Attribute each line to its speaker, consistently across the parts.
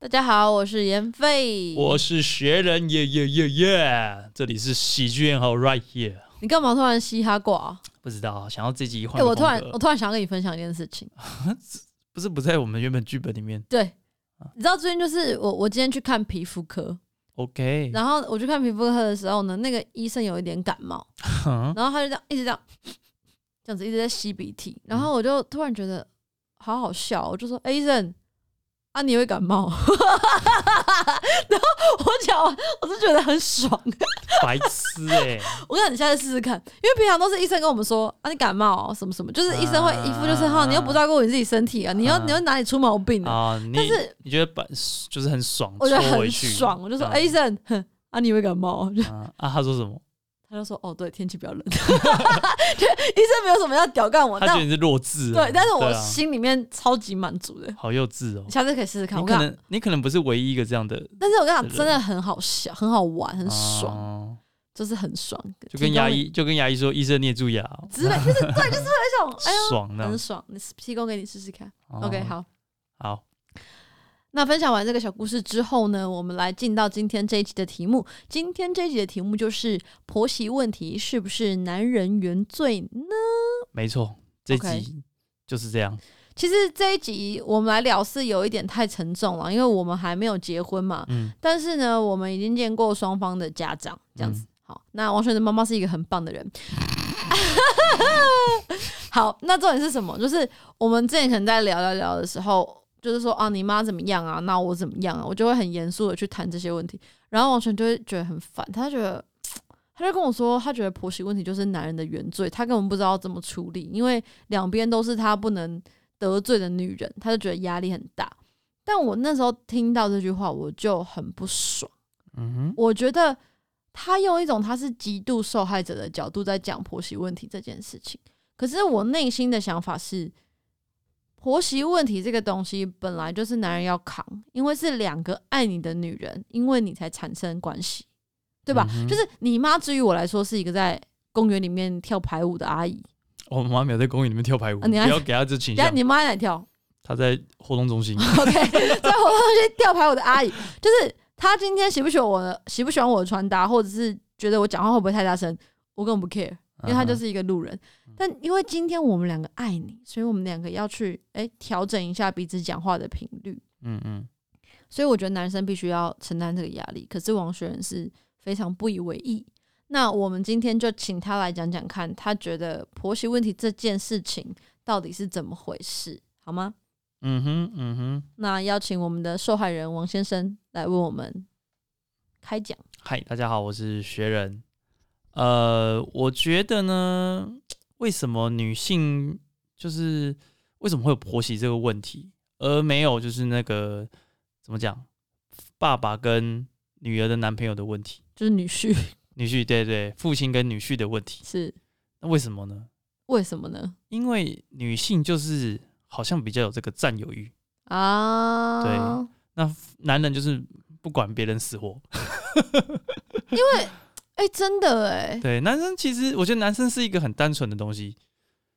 Speaker 1: 大家好，我是严飞。
Speaker 2: 我是学人，耶耶耶耶！这里是喜剧院好 right here。
Speaker 1: 你干嘛突然嘻哈挂、啊？
Speaker 2: 不知道，想要这集
Speaker 1: 哎、
Speaker 2: 换个
Speaker 1: 我突
Speaker 2: 风
Speaker 1: 然
Speaker 2: 格、
Speaker 1: 我突然想跟你分享一件事情。
Speaker 2: 不是不在我们原本剧本里面。
Speaker 1: 对，
Speaker 2: 啊
Speaker 1: 你知道最近就是我我今天去看皮肤科，
Speaker 2: OK，
Speaker 1: 然后我去看皮肤科的时候呢，那个医生有一点感冒，
Speaker 2: 哼
Speaker 1: 然后他就这样一直这样这样子一直在吸鼻
Speaker 2: 嗯
Speaker 1: 涕，然后我就突然觉得好好笑，我就说：“哎、医生。”啊，你会感冒？ 然后我讲完，我是觉得很爽。
Speaker 2: 白痴 哎、
Speaker 1: 我跟你讲，你下次试试看，因为平常都是医生跟我们说啊，你感冒、哦、什么什么，就是医生会一副就是哈、
Speaker 2: 啊
Speaker 1: 你又不照顾你自己身体啊，你又
Speaker 2: 啊
Speaker 1: 你又哪里出毛病了、
Speaker 2: 啊、
Speaker 1: 但
Speaker 2: 你
Speaker 1: 是
Speaker 2: 你觉得本就是很爽，
Speaker 1: 我觉得
Speaker 2: 戳
Speaker 1: 很
Speaker 2: 回去
Speaker 1: 爽，我就说，
Speaker 2: 嗯
Speaker 1: 哎、医生，哼，啊，你会感冒 哦？就
Speaker 2: 啊啊，他说什么？
Speaker 1: 他就说，哦，对，天气比较冷。 对，医生没有什么要屌干哦我，
Speaker 2: 他觉
Speaker 1: 但
Speaker 2: 得你是弱智啊、
Speaker 1: 对，但是我
Speaker 2: 对啊
Speaker 1: 心里面超级满足的。
Speaker 2: 好幼稚哦
Speaker 1: 你。下次可以试试看，
Speaker 2: 你
Speaker 1: 我
Speaker 2: 可
Speaker 1: 跟你讲，
Speaker 2: 能你可能不是唯一一个这样的，
Speaker 1: 但是我跟你讲，
Speaker 2: 是
Speaker 1: 真的很好笑，很好玩，很爽，
Speaker 2: 哦
Speaker 1: 就是很爽，
Speaker 2: 就跟
Speaker 1: 提供
Speaker 2: 牙
Speaker 1: 你
Speaker 2: 医就跟牙医说，医生你也蛀牙哦、
Speaker 1: 之类，就是对，就是会有一 种哎哎呦，
Speaker 2: 爽呢、
Speaker 1: 很爽，你提供给你试试看。
Speaker 2: 啊哦
Speaker 1: OK，好。
Speaker 2: 好，
Speaker 1: 那分享完这个小故事之后呢，我们来进到今天这一集的题目。今天这一集的题目就是婆媳问题是不是男人原罪呢？
Speaker 2: 没错，这
Speaker 1: OK
Speaker 2: 集就是这样。
Speaker 1: 其实这一集我们来聊是有一点太沉重了，因为我们还没有结婚嘛。
Speaker 2: 嗯，
Speaker 1: 但是呢，我们已经见过双方的家长，这样子。好，那王雪的妈妈是一个很棒的人。 好，那重点是什么？就是我们之前可能在聊聊聊的时候，就是说啊，你妈怎么样啊？那我怎么样啊？我就会很严肃的去谈这些问题，然后王璇就会觉得很烦，他就觉得。他就跟我说，他觉得婆媳问题就是男人的原罪，他根本不知道怎么处理，因为两边都是他不能得罪的女人，他就觉得压力很大。但我那时候听到这句话，我就很不爽。
Speaker 2: 嗯哼，
Speaker 1: 我觉得他用一种他是极度受害者的角度在讲婆媳问题这件事情。可是我内心的想法是，婆媳问题这个东西本来就是男人要扛，因为是两个爱你的女人，因为你才产生关系，对吧？
Speaker 2: 嗯哼
Speaker 1: 就是你妈，至于我来说，是一个在公园里面跳排舞的阿姨。
Speaker 2: 哦我妈没有在公园里面跳排舞，
Speaker 1: 啊
Speaker 2: 不
Speaker 1: 你还
Speaker 2: 要给她这倾
Speaker 1: 等下
Speaker 2: 向。
Speaker 1: 你妈在哪跳？
Speaker 2: 她在活动中心，
Speaker 1: OK，在 活动中心吊牌我的阿姨，就是她今天喜不喜欢我的，喜不喜欢我的穿搭，或者是觉得我讲话会不会太大声，我根本不 care，因为她就是一个路人。但因为今天我们两个爱你，所以我们两个要去哎调、整一下彼此讲话的频率。
Speaker 2: 嗯嗯
Speaker 1: 所以我觉得男生必须要承担这个压力，可是王学仁是非常不以为意。那我们今天就请他来讲讲看，他觉得婆媳问题这件事情到底是怎么回事，好吗？
Speaker 2: 嗯哼嗯哼。
Speaker 1: 那邀请我们的受害人王先生来为我们开讲。
Speaker 2: 嗨，大家好，我是学人。呃，我觉得呢，为什么女性就是为什么会有婆媳这个问题，而没有就是那个怎么讲，爸爸跟女儿的男朋友的问题，
Speaker 1: 就是女婿
Speaker 2: 女婿对对，父亲跟女婿的问题，
Speaker 1: 是
Speaker 2: 那为什么呢？
Speaker 1: 为什么呢？
Speaker 2: 因为女性就是好像比较有这个占有欲，
Speaker 1: 啊，
Speaker 2: 对男人就是不管别人死活。
Speaker 1: 哎、真的哎、
Speaker 2: 对，男生其实我觉得男生是一个很单纯的东西，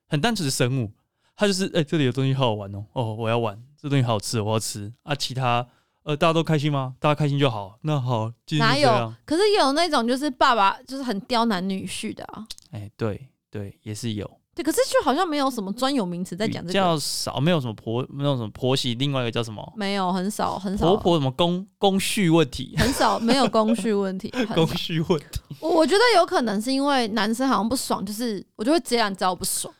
Speaker 2: 很单纯的生物。他就是哎、这里有东西好好玩哦，哦，我要玩，这东西好吃，我要吃啊。其他呃，大家都开心吗？大家开心就好。那好，今天
Speaker 1: 哪
Speaker 2: 就这
Speaker 1: 有
Speaker 2: 样。？
Speaker 1: 可是也有那种就是爸爸就是很刁难女婿的啊。
Speaker 2: 哎、对对，也是有，
Speaker 1: 对，可是就好像没有什么专有名词在讲
Speaker 2: 比
Speaker 1: 这个，
Speaker 2: 较少，没有什么婆，没有什么婆媳，另外一个叫什么
Speaker 1: 没有很少很少
Speaker 2: 婆婆什么公公序问题，
Speaker 1: 很少没有公序问 题。很
Speaker 2: 公
Speaker 1: 少
Speaker 2: 序问题
Speaker 1: 我我觉得有可能是因为男生好像不爽，就是我就会直接让你知道我不爽。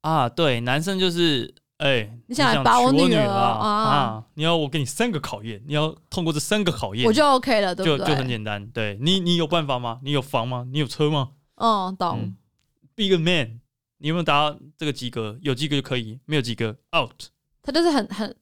Speaker 2: 啊，对，男生就是，哎、
Speaker 1: 你想来
Speaker 2: 想
Speaker 1: 把我
Speaker 2: 娶我
Speaker 1: 女
Speaker 2: 女
Speaker 1: 儿
Speaker 2: 儿
Speaker 1: 啊
Speaker 2: 啊你要我给你三个考验，你要通过这三个考验，
Speaker 1: 我就 OK 了，对
Speaker 2: 就
Speaker 1: 不对？
Speaker 2: 就很简单。对你，你有办法吗？你有房吗？你有车吗？
Speaker 1: 嗯，懂。
Speaker 2: 嗯，Be a man，你有没有达到这个及格？有及格就可以，没有及格 out。
Speaker 1: 他就是很很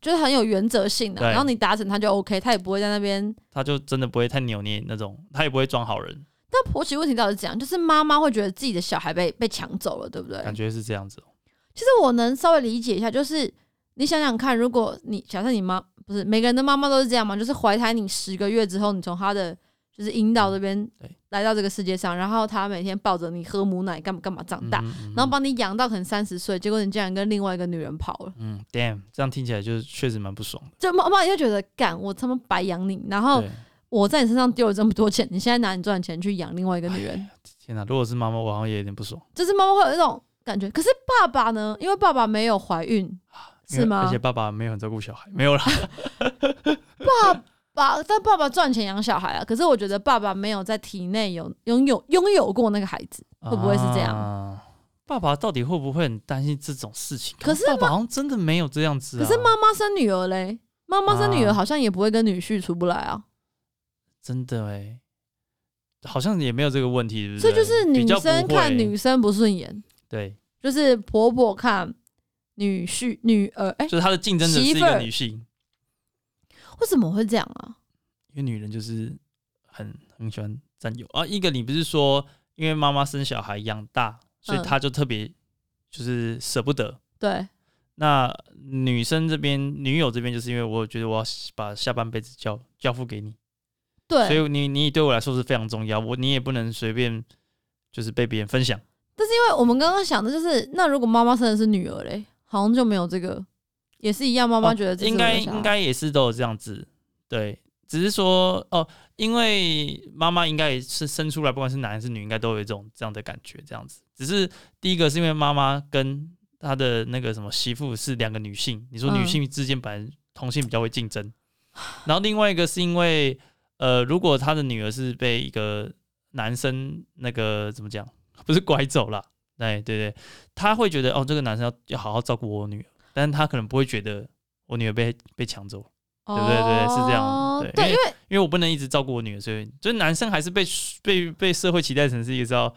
Speaker 1: 就是很有原则性的、
Speaker 2: 对
Speaker 1: 然后你达成他就 OK，他也不会在那边。
Speaker 2: 他就真的不会太扭捏那种，他也不会装好人，
Speaker 1: 但婆媳问题到底是怎样？就是妈妈会觉得自己的小孩被被抢走了，对不对？
Speaker 2: 感觉是这样子哦。
Speaker 1: 其实我能稍微理解一下，就是你想想看，如果你假设你妈不是每个人的妈妈都是这样嘛，就是怀胎你十个月之后，你从她的就是引导这边
Speaker 2: 嗯对
Speaker 1: 来到这个世界上，然后他每天抱着你喝母奶干嘛干嘛长大，
Speaker 2: 嗯哼嗯
Speaker 1: 然后
Speaker 2: 哼
Speaker 1: 把你养到可能三十岁，结果你竟然跟另外一个女人跑了，
Speaker 2: 嗯，damn，这样听起来就是确实蛮不爽的。
Speaker 1: 就妈妈也就觉得干我他妈白养你，然后
Speaker 2: 对，
Speaker 1: 我在你身上丢了这么多钱，你现在拿你赚的钱去养另外一个女
Speaker 2: 哎
Speaker 1: 人，
Speaker 2: 天哪、如果是妈妈，我好像也有点不爽，
Speaker 1: 就是妈妈会有一种感觉。可是爸爸呢？因为爸爸没有怀孕，
Speaker 2: 啊因为
Speaker 1: 是吗
Speaker 2: 而且？爸爸没有很照顾小孩，没有啦。
Speaker 1: 爸，但爸爸赚钱养小孩啊。可是我觉得爸爸没有在体内有拥有拥有过那个孩子，会不会是这样
Speaker 2: 啊爸爸到底会不会很担心这种事情？
Speaker 1: 可是
Speaker 2: 爸爸好像真的没有这样子、啊。
Speaker 1: 可是妈妈生女儿嘞，妈妈生女儿
Speaker 2: 啊
Speaker 1: 好像也不会跟女婿出不来啊。
Speaker 2: 真的哎、好像也没有这个问题，对不
Speaker 1: 所
Speaker 2: 对
Speaker 1: 以就是女
Speaker 2: 比较不
Speaker 1: 生
Speaker 2: 会
Speaker 1: 看女生不顺眼，
Speaker 2: 对，
Speaker 1: 就是婆婆看女婿女儿。哎、
Speaker 2: 就是他的竞争者是一
Speaker 1: 媳妇儿
Speaker 2: 个女性，
Speaker 1: 为什么会这样啊？
Speaker 2: 因为女人就是很很喜欢占有啊。一个你不是说因为妈妈生小孩养大，所以
Speaker 1: 嗯
Speaker 2: 她就特别就是舍不得。
Speaker 1: 对，
Speaker 2: 那女生这边，女友这边，就是因为我觉得我要把下半辈子交交付给你，
Speaker 1: 对，
Speaker 2: 所以你你对我来说是非常重要，我你也不能随便就是被别人分享。
Speaker 1: 但是因为我们刚刚想的就是，那如果妈妈生的是女儿嘞，好像就没有这个，也是一样。妈妈觉得
Speaker 2: 哦
Speaker 1: 这是
Speaker 2: 应
Speaker 1: 我的
Speaker 2: 该
Speaker 1: 小孩
Speaker 2: 应该也是都有这样子，对，只是说哦，因为妈妈应该也是生出来，不管是男还是女，应该都有一种这样的感觉，这样子。只是第一个是因为妈妈跟她的那个什么媳妇是两个女性，你说
Speaker 1: 嗯
Speaker 2: 女性之间本来同性比较会竞争，然后另外一个是因为呃，如果她的女儿是被一个男生那个怎么讲，不是拐走了。对对对，他会觉得哦，这个男生要要好好照顾我女儿，但是他可能不会觉得我女儿被被抢走，
Speaker 1: 对
Speaker 2: 对对是这样对
Speaker 1: 哦对，
Speaker 2: 因
Speaker 1: 因
Speaker 2: 为
Speaker 1: 为
Speaker 2: 因为我不能一直照顾我女儿，所以就是男生还是被被被社会期待成是一个照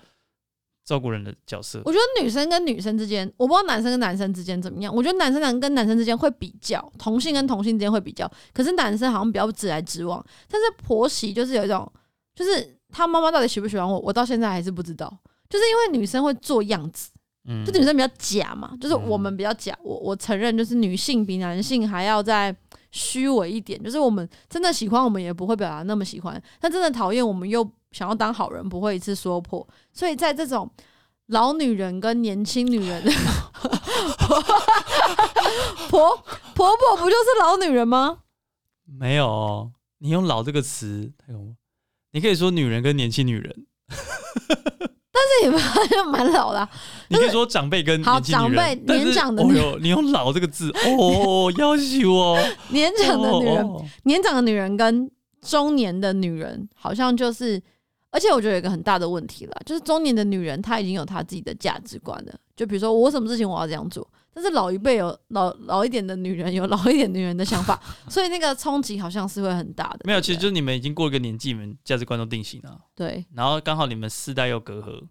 Speaker 2: 照顾人的角色。
Speaker 1: 我觉得女生跟女生之间，我不知道男生跟男生之间怎么样。我觉得男生男跟男生之间会比较，同性跟同性之间会比较，可是男生好像比较直来直往。但是婆媳就是有一种，就是他妈妈到底喜不喜欢我，我到现在还是不知道。就是因为女生会做样子，
Speaker 2: 嗯
Speaker 1: 就女生比较假嘛，就是我们比较假，我我承认，就是女性比男性还要再虚伪一点，就是我们真的喜欢，我们也不会表达那么喜欢，但真的讨厌，我们又想要当好人，不会一次说破，所以在这种老女人跟年轻女人， 婆婆婆不就是老女人吗？
Speaker 2: 没有哦、你用“老”这个词，太恐怖你可以说女人跟年轻女人，
Speaker 1: 这也蛮就蛮老的啊、
Speaker 2: 你可以说长辈跟
Speaker 1: 好
Speaker 2: 年轻女人，
Speaker 1: 长辈
Speaker 2: 但是
Speaker 1: 年长的
Speaker 2: 哦
Speaker 1: 女
Speaker 2: 哟，你用“老”这 个字，哦，要求哦，
Speaker 1: 年长的女人
Speaker 2: 哦哦
Speaker 1: 年长的女人跟中年的女人好像就是，而且我觉得有一个很大的问题啦，就是中年的女人她已经有她自己的价值观了，就比如说我什么事情我要这样做，但是老一辈有老老一点的女人有老一点女人的想 法，所以那个冲击好像是会很大的。
Speaker 2: 没有，
Speaker 1: 对不
Speaker 2: 其实就是你们已经过一个年纪，你们价值观都定型了。
Speaker 1: 对
Speaker 2: 然后刚好你们世代又隔阂，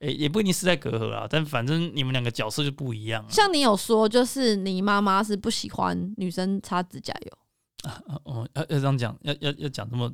Speaker 2: 诶、也不一定世代隔阂啦，但反正你们两个角色就不一样啊。
Speaker 1: 像你有说，就是你妈妈是不喜欢女生擦指甲油，
Speaker 2: 哦、哦要要这样讲，要要要讲这么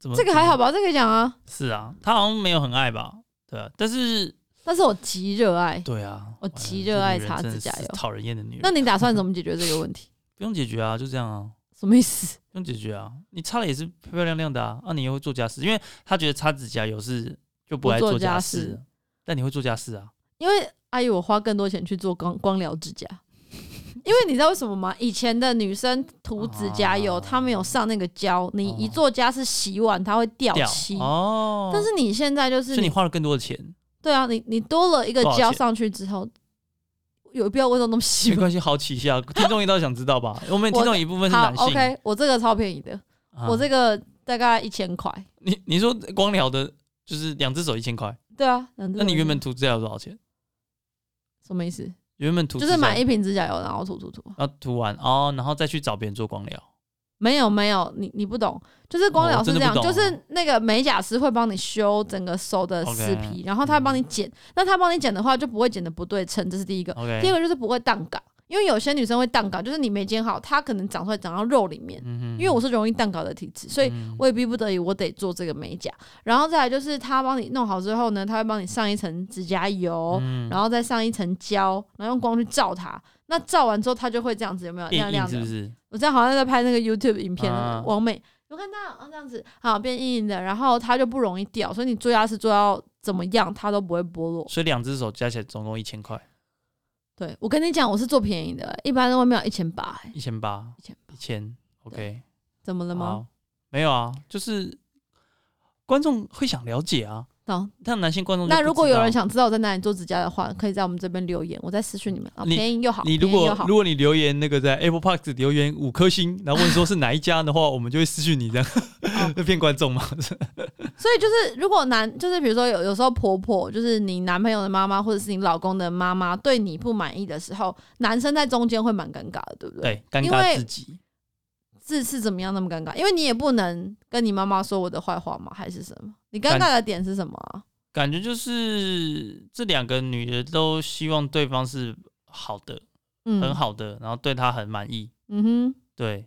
Speaker 2: 这么
Speaker 1: 这个还好？吧？这个讲啊，
Speaker 2: 是啊，他好像没有很爱吧？对啊，但是
Speaker 1: 但是我极热爱。
Speaker 2: 对啊，
Speaker 1: 我
Speaker 2: 完了
Speaker 1: 极
Speaker 2: 这
Speaker 1: 热
Speaker 2: 女
Speaker 1: 爱
Speaker 2: 人
Speaker 1: 擦
Speaker 2: 真
Speaker 1: 指
Speaker 2: 的
Speaker 1: 甲
Speaker 2: 是
Speaker 1: 油
Speaker 2: 讨人厌的女人，
Speaker 1: 那你打算怎么解决这个问题？
Speaker 2: 不用解决啊，就这样啊，
Speaker 1: 什么意思？
Speaker 2: 不用解决啊，你擦了也是漂漂亮亮的啊，那、你也会做家事，因为他觉得擦指甲油是就不
Speaker 1: 不
Speaker 2: 爱
Speaker 1: 做家
Speaker 2: 家
Speaker 1: 事
Speaker 2: 但你会做家事啊，
Speaker 1: 因为阿姨，我花更多钱去做光光疗指甲， 因为你知道为什么吗？以前的女生涂指甲油，
Speaker 2: 哦
Speaker 1: 她没有上那个胶，你
Speaker 2: 哦
Speaker 1: 一做家是洗碗，它会掉
Speaker 2: 掉
Speaker 1: 漆。
Speaker 2: 哦，
Speaker 1: 但是你现在就是
Speaker 2: 所以你花了更多 的钱，
Speaker 1: 对啊，你你多了一个
Speaker 2: 多少
Speaker 1: 胶
Speaker 2: 钱
Speaker 1: 上去之后，有必要问这种东西
Speaker 2: 没
Speaker 1: 吗？
Speaker 2: 关系，好奇一下，听众一道想知道吧？我们听众一部分是
Speaker 1: 好
Speaker 2: 男性。
Speaker 1: ，OK，我这个超便宜的，
Speaker 2: 啊
Speaker 1: 我这个大概一千块。
Speaker 2: 你你说光疗的，就是两只手一千块，
Speaker 1: 对啊，那
Speaker 2: 那你原本涂指甲油多少钱？
Speaker 1: 什么意思？
Speaker 2: 原本涂
Speaker 1: 就是买一
Speaker 2: 指甲油，
Speaker 1: 瓶指甲油，然后涂涂涂。
Speaker 2: 然后涂完哦，然后再去找别人做光疗。
Speaker 1: 没有没有，你你不懂，就是光疗
Speaker 2: 哦
Speaker 1: 是
Speaker 2: 真
Speaker 1: 这
Speaker 2: 的
Speaker 1: 样，
Speaker 2: 不懂
Speaker 1: 就
Speaker 2: 啊
Speaker 1: 是那个美甲师会帮你修整个手的死
Speaker 2: OK，嗯
Speaker 1: 皮然后他会帮你剪。那他帮你剪的话，就不会剪的不对称，这是第一个。第二
Speaker 2: OK，
Speaker 1: 个就是不会荡嘎，因为有些女生会荡嘎，就是你没剪好，它可能长出来长到肉里面。
Speaker 2: 嗯哼
Speaker 1: 因为我是容易荡嘎的体质，所以
Speaker 2: 嗯
Speaker 1: 我也逼不得已，我得做这个美甲。然后再来就是他帮你弄好之后呢，他会帮你上一层指甲油，
Speaker 2: 嗯
Speaker 1: 然后再上一层胶，然后用光去照它。那照完之后，它就会这样子，有没有亮
Speaker 2: 变
Speaker 1: 亮的？
Speaker 2: 硬是不是？
Speaker 1: 我这样好像在拍那个 YouTube 影片，
Speaker 2: 啊
Speaker 1: 王美有看到啊，这样子好变硬硬的，然后它就不容易掉，所以你做牙齿做到怎么样，它都不会剥落。
Speaker 2: 所以两只手加起来总共一千块，
Speaker 1: 对我跟你讲，我是做便宜的，一般在外面要一千八，
Speaker 2: 一千八，
Speaker 1: 一千八
Speaker 2: 一，千，OK，
Speaker 1: 怎么了吗？
Speaker 2: 好，没有啊，就是观众会想了解啊，
Speaker 1: 好，
Speaker 2: 但男性观众就
Speaker 1: 那
Speaker 2: 不
Speaker 1: 如果
Speaker 2: 知
Speaker 1: 有
Speaker 2: 道
Speaker 1: 人想知道我在哪里做指甲的话，可以在我们这边留言，我再私讯你们啊，
Speaker 2: 你
Speaker 1: 便宜又好，
Speaker 2: 你如
Speaker 1: 便宜又
Speaker 2: 果
Speaker 1: 好
Speaker 2: 如果你留言那个在 Apple Park 留言五颗星，然后问说是哪一家的话，我们就会失去你这样，
Speaker 1: 哦
Speaker 2: 那骗观众嘛。
Speaker 1: 所以就是，如果男就是比如说有有时候婆婆就是你男朋友的妈妈或者是你老公的妈妈对你不满意的时候，男生在中间会蛮尴尬的，对不对？
Speaker 2: 对，尴
Speaker 1: 因
Speaker 2: 尬
Speaker 1: 为
Speaker 2: 自己。
Speaker 1: 是是怎么样那么尴尬？因为你也不能跟你妈妈说我的坏话嘛，还是什么？你尴
Speaker 2: 感
Speaker 1: 尬的点是什么啊、
Speaker 2: 感觉就是这两个女的都希望对方是好的，
Speaker 1: 嗯，
Speaker 2: 很，好的，然后对她很满意。
Speaker 1: 嗯哼。
Speaker 2: 对，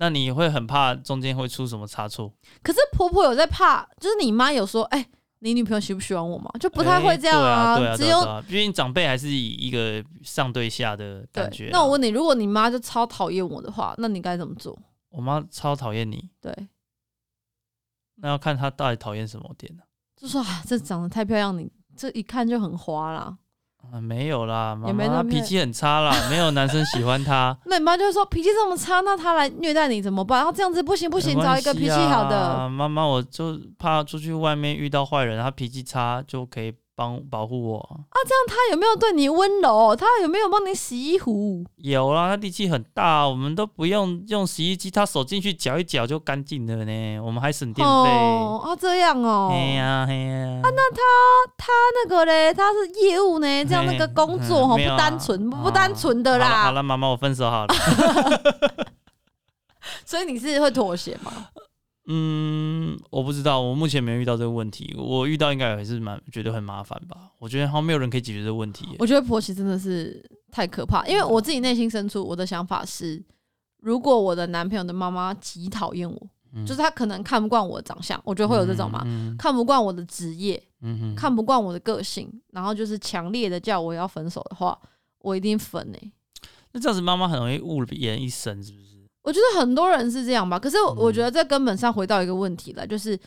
Speaker 2: 那你会很怕中间会出什么差错？
Speaker 1: 可是婆婆有在怕，就是你妈有说，哎、你女朋友喜不喜欢我嘛？就不太会这样
Speaker 2: 啊。对啊，
Speaker 1: 只
Speaker 2: 对啊，对
Speaker 1: 有。
Speaker 2: 啊毕竟长辈还是以一个上对下的感觉
Speaker 1: 对
Speaker 2: 啊。，
Speaker 1: 那我问你，如果你妈就超讨厌我的话，那你该怎么做？
Speaker 2: 我妈超讨厌你，
Speaker 1: 对，
Speaker 2: 那要看她到底讨厌什么点呢？
Speaker 1: 就说啊，这长得太漂亮，你这一看就很花啦。
Speaker 2: 啊，没有啦，妈
Speaker 1: 也没
Speaker 2: 妈她
Speaker 1: 那么。
Speaker 2: 脾气很差啦，没有男生喜欢她
Speaker 1: 那你妈就会说脾气这么差，那她来虐待你怎么办？啊然后这样子不 行不行，
Speaker 2: 没关
Speaker 1: 找一个
Speaker 2: 系
Speaker 1: 脾气好
Speaker 2: 啊
Speaker 1: 的。
Speaker 2: 妈妈，我就怕出去外面遇到坏人，她脾气差就可以帮保护我。啊
Speaker 1: 她有没有对你温柔？她有没有帮你洗衣服？
Speaker 2: 有啦，她力气很大，我们都不用用洗衣机，她手进去搅一搅就干净了呢。我们还省电费。
Speaker 1: 哦，啊这样哦。啊
Speaker 2: 哎呀哎呀，
Speaker 1: 那她她那个嘞，她是业务呢，这样那个工作
Speaker 2: 嗯
Speaker 1: 哦
Speaker 2: 没有
Speaker 1: 不
Speaker 2: 啊
Speaker 1: 单纯
Speaker 2: 啊
Speaker 1: 不单纯的
Speaker 2: 好了好
Speaker 1: 啦，
Speaker 2: 了，妈妈，我分手好了。
Speaker 1: 所以你是会妥协吗？
Speaker 2: 嗯，我不知道，我目前没遇到这个问题。我遇到应该也是蛮觉得很麻烦吧。我觉得好像没有人可以解决这个问题耶。
Speaker 1: 我觉得婆媳真的是太可怕，
Speaker 2: 嗯
Speaker 1: 因为我自己内心深处我的想法是，如果我的男朋友的妈妈极讨厌我，
Speaker 2: 嗯
Speaker 1: 就是她可能看不惯我的长相，我觉得会有这种嘛，
Speaker 2: 嗯
Speaker 1: 看不惯我的职业，
Speaker 2: 嗯哼
Speaker 1: 看不惯我的个性，然后就是强烈的叫我要分手的话，我一定分欸诶、
Speaker 2: 那这样子妈妈很容易误言一生，是不是？
Speaker 1: 我觉得很多人是这样吧，可是我
Speaker 2: 嗯
Speaker 1: 我觉得这根本上回到一个问题了，就是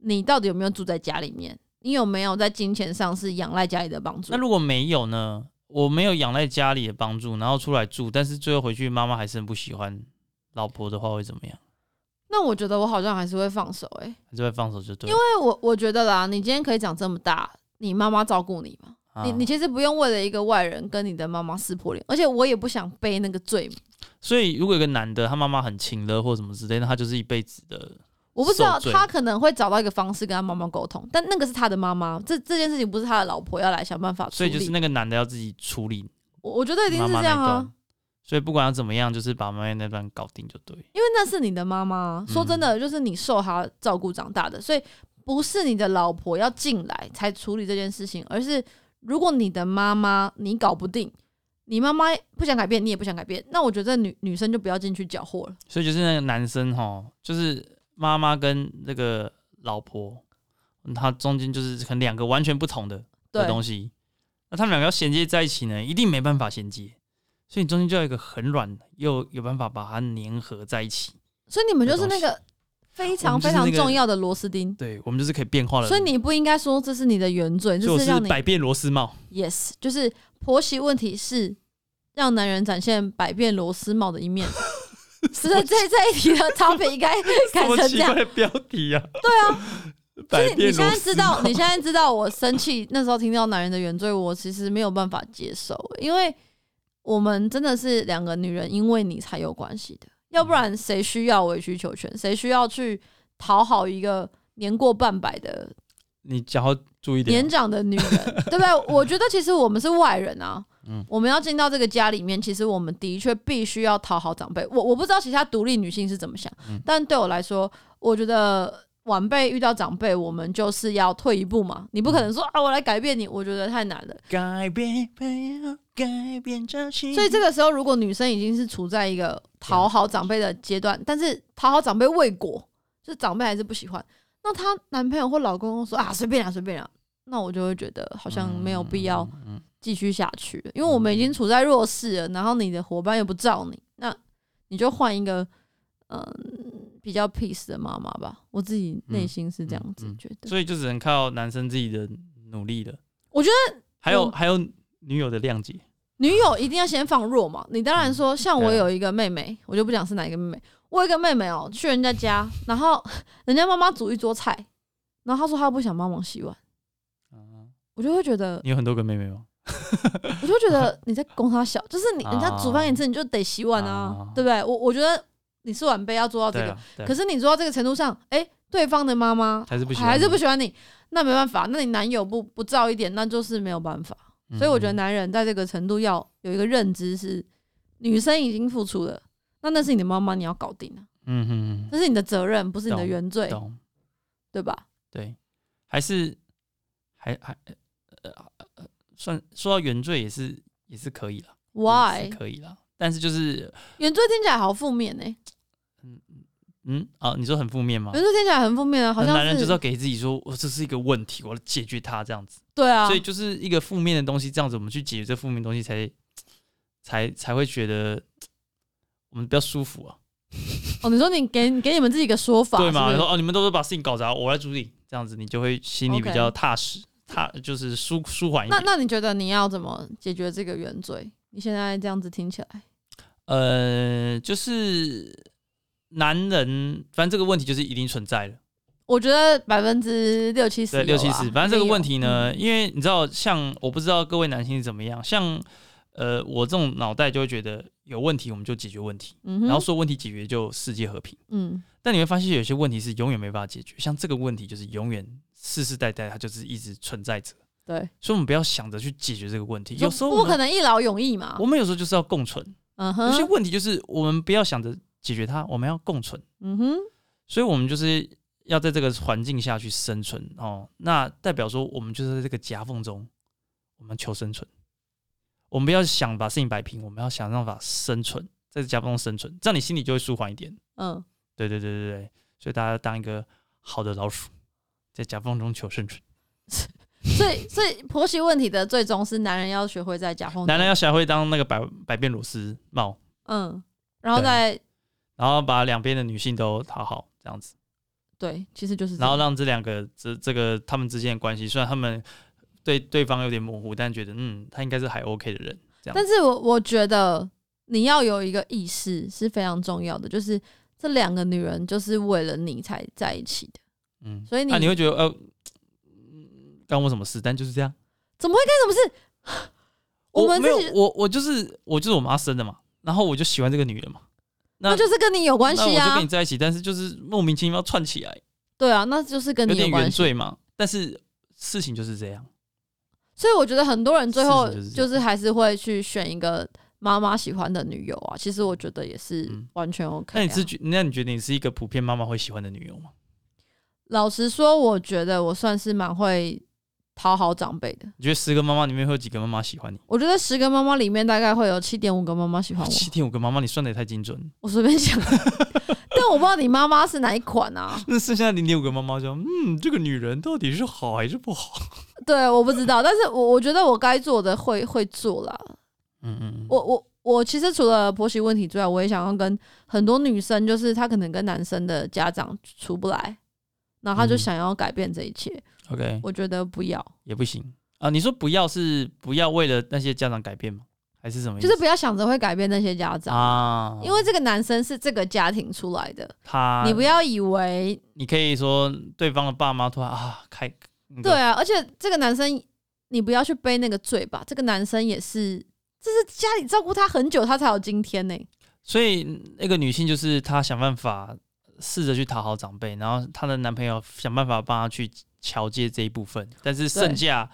Speaker 1: 你到底有没有住在家里面？你有没有在金钱上是仰赖家里的帮助
Speaker 2: 那？如果没有呢？我没有仰赖家里的帮助，然后出来住，但是最后回去妈妈还是很不喜欢老婆的话，会怎么样？
Speaker 1: 那我觉得我好像还是会放手诶、
Speaker 2: 还是会放手就对
Speaker 1: 因
Speaker 2: 了。
Speaker 1: 为我我觉得啦，你今天可以长这么大，你妈妈照顾你嘛，
Speaker 2: 啊
Speaker 1: 你你其实不用为了一个外人跟你的妈妈撕破脸，而且我也不想背那个罪名。
Speaker 2: 所以如果有个男的他妈妈很亲了或什么之类的，那他就是一辈子的。
Speaker 1: 我不知道
Speaker 2: 受罪
Speaker 1: 他可能会找到一个方式跟他妈妈沟通，但那个是他的妈妈，这这件事情不是他的老婆要来想办法处
Speaker 2: 所
Speaker 1: 理。
Speaker 2: 以就是那个男的要自己处理
Speaker 1: 我我觉得一定
Speaker 2: 妈
Speaker 1: 是
Speaker 2: 妈
Speaker 1: 这
Speaker 2: 那
Speaker 1: 样
Speaker 2: 一
Speaker 1: 啊，
Speaker 2: 段。所以不管要怎么样，就是把妈妈那段搞定就对。
Speaker 1: 因为那是你的妈妈。说真的，就是你受她照顾长大的，所以不是你的老婆要进来才处理这件事情，而是如果你的妈妈你搞不定，你妈妈不想改变，你也不想改变，那我觉得女女生就不要进去搅和了。
Speaker 2: 所以就是那个男生哈，就是妈妈跟那个老婆，他中间就是很两个完全不同的的
Speaker 1: 对，
Speaker 2: 东西，那他们两个要衔接在一起呢，一定没办法衔接，所以你中间就要有一个很软，又有办法把它粘合在一起。
Speaker 1: 所以你们就是那个非
Speaker 2: 我
Speaker 1: 常
Speaker 2: 们就
Speaker 1: 非
Speaker 2: 是那个
Speaker 1: 常重要的螺丝钉。
Speaker 2: 对，我们就是可以变化了。
Speaker 1: 所以你不应该说这是你的原罪，
Speaker 2: 所以我
Speaker 1: 就是
Speaker 2: 是
Speaker 1: 让你
Speaker 2: 百变螺丝帽，
Speaker 1: Yes，就是婆媳问题是让男人展现百变螺丝帽的一面。是的，这这一题的 topic 应该 改
Speaker 2: 什么
Speaker 1: 成这
Speaker 2: 奇
Speaker 1: 样
Speaker 2: 怪。的标 题啊？
Speaker 1: 所
Speaker 2: 对啊，
Speaker 1: 以
Speaker 2: 百
Speaker 1: 你
Speaker 2: 变
Speaker 1: 你现
Speaker 2: 螺
Speaker 1: 在
Speaker 2: 丝
Speaker 1: 知
Speaker 2: 帽。
Speaker 1: 道，你现在知道我生气那时候听到男人的原罪，我其实没有办法接受，因为我们真的是两个女人，因为你才有关系的，要不然谁需要委曲求全？谁需要去讨好一个年过半百的
Speaker 2: 你讲话注意点
Speaker 1: 年
Speaker 2: 啊，
Speaker 1: 长的女人，对不对？ 我觉得其实我们是外人啊，
Speaker 2: 嗯
Speaker 1: 我们要进到这个家里面，其实我们的确必须要讨好长辈。我我不知道其他独立女性是怎么想，
Speaker 2: 嗯
Speaker 1: 但对我来说，我觉得晚辈遇到长辈，我们就是要退一步嘛。你不可能
Speaker 2: 嗯
Speaker 1: 说啊，我来改变你，我觉得太难了。
Speaker 2: 改变朋友，改变这心。
Speaker 1: 所以这个时候，如果女生已经是处在一个讨好长辈的阶段，但是讨好长辈未果，就是长辈还是不喜欢，那她男朋友或老公说啊，随便啦，随便啦。那我就会觉得好像没有必要
Speaker 2: 嗯，嗯嗯
Speaker 1: 继续下去了，因为我们已经处在弱势了，然后你的伙伴又不罩你，那你就换一个嗯、比较 peace 的妈妈吧，我自己内
Speaker 2: 嗯
Speaker 1: 心是这样子
Speaker 2: 嗯嗯
Speaker 1: 觉得。
Speaker 2: 所以就只能靠男生自己的努力了。
Speaker 1: 我觉
Speaker 2: 得还有还有女友的谅解，
Speaker 1: 女友一定要先放弱嘛。你当然说，像我
Speaker 2: 对啊
Speaker 1: 有一个妹妹，我就不讲是哪一个妹妹，我有一个妹妹哦、去人家家，然后人家妈妈煮一桌菜，然后她说她不想帮忙洗碗，
Speaker 2: 啊
Speaker 1: 我就会觉 得，
Speaker 2: 你有很多个妹妹吗？
Speaker 1: 我就会觉得你在供她小，就是你
Speaker 2: 啊
Speaker 1: 人家煮饭给你吃，你就得洗碗啊
Speaker 2: 啊，
Speaker 1: 对不对？我我觉得你是晚辈要做到哦这
Speaker 2: 对
Speaker 1: 个，
Speaker 2: 啊，对啊
Speaker 1: 可是你做到这个程度上，哎、对方的妈妈
Speaker 2: 还是不喜欢，
Speaker 1: 还是不喜欢你，那没办法，那你男友不不照一点，那就是没有办法。
Speaker 2: 嗯，
Speaker 1: 所以我觉得
Speaker 2: 嗯
Speaker 1: 男人在这个程度要有一个认知是，女生已经付出了，那那是你的妈妈，你要搞定啊，
Speaker 2: 嗯嗯
Speaker 1: 那是你的责任，不是你的
Speaker 2: 懂
Speaker 1: 原罪
Speaker 2: 嗯，，懂
Speaker 1: 对吧？
Speaker 2: 对，还是还还呃呃呃算说到原罪也是也是可以啦也是
Speaker 1: Why
Speaker 2: 可以啦，但是就是
Speaker 1: 原罪听起来好负面呢、欸
Speaker 2: 嗯啊，你说很负面吗
Speaker 1: 原？罪听起来很负面啊，好像
Speaker 2: 男人就是要
Speaker 1: 是
Speaker 2: 给自己说，我、这是一个问题，我要解决它这样子。
Speaker 1: 对啊
Speaker 2: 所，以就是一个负面的东西，这样子我们去解决这负面的东西才，才才会觉得我们比较舒服啊，
Speaker 1: 哦，你说你给给你们自己一个说法，
Speaker 2: 对
Speaker 1: 是不
Speaker 2: 吗？
Speaker 1: 是
Speaker 2: 然后哦，你们都是把事情搞砸，我来处理，这样子你就会心里
Speaker 1: OK
Speaker 2: 比较踏实踏就是舒舒缓一
Speaker 1: 那
Speaker 2: 点。
Speaker 1: 那你觉得你要怎么解决这个原罪？你现在这样子听起来，
Speaker 2: 呃，就是男人，反正这个问题就是一定存在的。
Speaker 1: 我觉得百分之六七十有嗯
Speaker 2: 对，
Speaker 1: 啊，
Speaker 2: 六七十。反正这个问题呢，
Speaker 1: 一定有，
Speaker 2: 因为你知道，像我不知道各位男性是怎么样，像呃我这种脑袋就会觉得有问题我们就解决问题，
Speaker 1: 嗯嗯哼
Speaker 2: 然后说问题解决就世界和平。
Speaker 1: 嗯，
Speaker 2: 但你会发现有些问题是永远没办法解决，像这个问题就是永远世世代代它就是一直存在着，
Speaker 1: 对，
Speaker 2: 所以我们不要想着去解决这个问题。有时候
Speaker 1: 不
Speaker 2: 我
Speaker 1: 可
Speaker 2: 们
Speaker 1: 能一劳永逸嘛
Speaker 2: 我，们有时候就是要共存，
Speaker 1: 嗯
Speaker 2: 有些
Speaker 1: 哼，
Speaker 2: 问题就是我们不要想着解决它，我们要共存。
Speaker 1: 嗯哼。
Speaker 2: 所以我们就是要在这个环境下去生存哦。那代表说，我们就是在这个夹缝中，我们求生存。我们不要想把事情摆平，我们要想办法生存，在这夹缝中生存，这样你心里就会舒缓一点。
Speaker 1: 嗯，
Speaker 2: 对对对对对，所以大家要当一个好的老鼠，在夹缝中求生存。
Speaker 1: 所以所以婆媳问题的最终是男人要学会在夹缝中，
Speaker 2: 男人要学会当那个百百变螺丝帽，
Speaker 1: 嗯，然后再
Speaker 2: 然后把两边的女性都讨好，这样子。
Speaker 1: 对，其实就是这
Speaker 2: 然后
Speaker 1: 样
Speaker 2: 让这两个这这个他们之间的关系，虽然他们对对方有点模糊，但觉得嗯，他应该是还 OK 的人。这样
Speaker 1: 但是我我觉得你要有一个意识是非常重要的，就是这两个女人就是为了你才在一起的，
Speaker 2: 嗯，
Speaker 1: 所以你
Speaker 2: 那、你会觉得呃，嗯干我什么事？但就是这样。
Speaker 1: 怎么会干什么事？我们
Speaker 2: 没
Speaker 1: 自
Speaker 2: 有
Speaker 1: 己，
Speaker 2: 我我就是我就是我妈生的嘛，然后我就喜欢这个女人嘛，那
Speaker 1: 那就是跟你有关
Speaker 2: 那
Speaker 1: 系
Speaker 2: 我就
Speaker 1: 啊
Speaker 2: 跟你，在一起，但是就是莫名其妙串起来，
Speaker 1: 对啊，那就是跟
Speaker 2: 有
Speaker 1: 你
Speaker 2: 点
Speaker 1: 关
Speaker 2: 原
Speaker 1: 系。啊
Speaker 2: 罪嘛。但是事情就是这样，
Speaker 1: 所以我觉得很多人最后
Speaker 2: 事情就是这
Speaker 1: 就
Speaker 2: 样
Speaker 1: 是还是会去选一个妈妈喜欢的女友啊。其实我觉得也是
Speaker 2: 嗯
Speaker 1: 完全 OK 啊、
Speaker 2: 那你是觉那你觉得你是一个普遍妈妈会喜欢的女友吗？
Speaker 1: 老实说，我觉得我算是蛮会讨好长辈的。
Speaker 2: 你觉得十个妈妈里面会有几个妈妈喜欢你？
Speaker 1: 我觉得十个妈妈里面大概会有七点五个妈妈喜欢我，
Speaker 2: 七点五个妈妈，你算的也太精准了。
Speaker 1: 我随便 讲。但我不知道你妈妈是哪一款啊？
Speaker 2: 那剩下零点五个妈妈就嗯，这个女人到底是好还是不好？
Speaker 1: 对，我不知道。但是我我觉得我该做的会会做啦。
Speaker 2: 嗯嗯，
Speaker 1: 我我我其实除了婆媳问题之外，我也想要跟很多女生，就是她可能跟男生的家长处不来，然后她就
Speaker 2: 嗯
Speaker 1: 想要改变这一切。
Speaker 2: OK
Speaker 1: 我觉得不要，
Speaker 2: 也不行啊。你说不要是不要为了那些家长改变吗？还是什么意
Speaker 1: 就
Speaker 2: 思？
Speaker 1: 是不要想着会改变那些家长，
Speaker 2: 啊，
Speaker 1: 因为这个男生是这个家庭出来的，
Speaker 2: 他
Speaker 1: 你不要以为
Speaker 2: 啊你可以说对方的爸妈突然啊开那
Speaker 1: 对
Speaker 2: 个
Speaker 1: 啊，而且这个男生你不要去背那个罪吧，这个男生也是，这是家里照顾他很久，他才有今天呢、
Speaker 2: 所以那个女性就是她想办法试着去讨好长辈，然后她的男朋友想办法帮她去调节这一部分，但是剩
Speaker 1: 对
Speaker 2: 下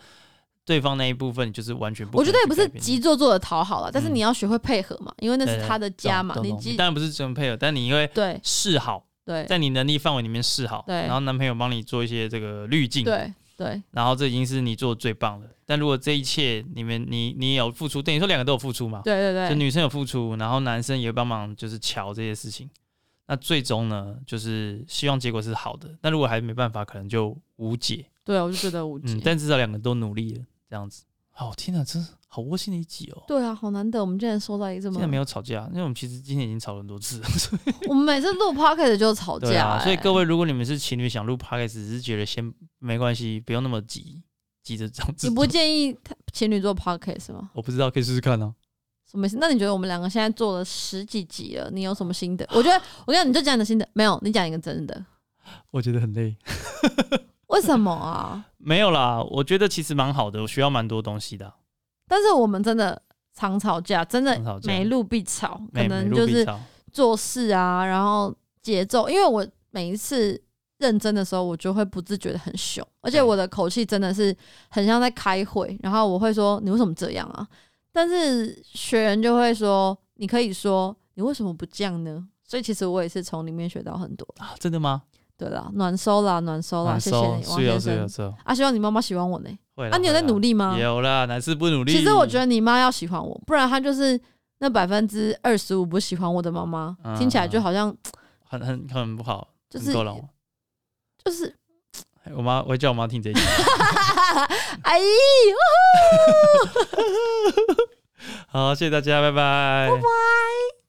Speaker 2: 对方那一部分就是完全不
Speaker 1: 我
Speaker 2: 可
Speaker 1: 觉
Speaker 2: 能去改变。
Speaker 1: 得也不是急做作的讨好了，但是
Speaker 2: 嗯
Speaker 1: 你要学会配合嘛，因为那
Speaker 2: 对
Speaker 1: 是
Speaker 2: 对
Speaker 1: 他的家嘛，
Speaker 2: 懂
Speaker 1: 你
Speaker 2: 懂
Speaker 1: 记
Speaker 2: 当然不是真配合，但你因为
Speaker 1: 对
Speaker 2: 示好。
Speaker 1: 对
Speaker 2: 在你能力范围里面示好，
Speaker 1: 对
Speaker 2: 然后男朋友帮你做一些这个滤镜，，
Speaker 1: 对对
Speaker 2: 然后这已经是你做的最棒了。但如果这一切你们你你也有付出，等于说两个都有付出嘛，
Speaker 1: 对对对，
Speaker 2: 就女生有付出，然后男生也会帮忙就是瞧这些事情。那最终呢，就是希望结果是好的。那如果还没办法，可能就无解，
Speaker 1: 对我就觉得无解
Speaker 2: 嗯嗯，。但至少两个都努力了，这样子，哦天哪，真是好窝心的一集哦！
Speaker 1: 对啊，好难得，我们竟然收到一个这么
Speaker 2: 现在没有吵架，因为我们其实今天已经吵了很多次了，所以
Speaker 1: 我们每次录 p o c k e t 就吵架、
Speaker 2: 对啊，所以各
Speaker 1: 位
Speaker 2: 位如果你们是情侣想录 podcast，只是觉得先没关系，不用那么急，急着这样子
Speaker 1: 你
Speaker 2: 做。
Speaker 1: 不建议他情侣做 p o c k e t 吗？
Speaker 2: 我不知道，可以试试看啊。
Speaker 1: 什么意思？那你觉得我们两个现在做了十几集了，你有什么心得？我觉得，我跟你讲，你就讲你的心得，没有，你讲一个真的。
Speaker 2: 我觉得很累。
Speaker 1: 为什么啊？
Speaker 2: 没有啦，我觉得其实蛮好的，我学到蛮多东西的啊。
Speaker 1: 但是我们真的常吵架，真的
Speaker 2: 常吵架
Speaker 1: 没路必吵，可
Speaker 2: 没没
Speaker 1: 能
Speaker 2: 录
Speaker 1: 就
Speaker 2: 必
Speaker 1: 是
Speaker 2: 照
Speaker 1: 做事啊，然后节奏，因为我每一次认真的时候，我就会不自觉的很凶，而且
Speaker 2: 对
Speaker 1: 我的口气真的是很像在开会，然后我会说你为什么这样啊？但是学员就会说你可以说你为什么不这样呢？所以其实我也是从里面学到很多。
Speaker 2: 啊，真的吗？
Speaker 1: 对啦，暖收啦，暖收啦，
Speaker 2: 难
Speaker 1: 啊谢谢
Speaker 2: 受，
Speaker 1: 你，王
Speaker 2: 是有
Speaker 1: 先
Speaker 2: 是有
Speaker 1: 生。
Speaker 2: 是有，
Speaker 1: 啊，希望你妈妈喜欢我呢。
Speaker 2: 会啦
Speaker 1: 啊，你有在
Speaker 2: 会啦
Speaker 1: 努力吗？
Speaker 2: 有啦，哪次不努力？
Speaker 1: 其实我觉得你妈要喜欢我，不然她就是那百分之二十五不喜欢我的妈妈，
Speaker 2: 嗯
Speaker 1: 听起来就好像
Speaker 2: 很很很不好，
Speaker 1: 就是
Speaker 2: 很够哦了我。
Speaker 1: 就是
Speaker 2: 哎我妈，我会叫我妈听这一集。
Speaker 1: 哎，
Speaker 2: 好，谢谢大家，拜拜。
Speaker 1: 拜拜。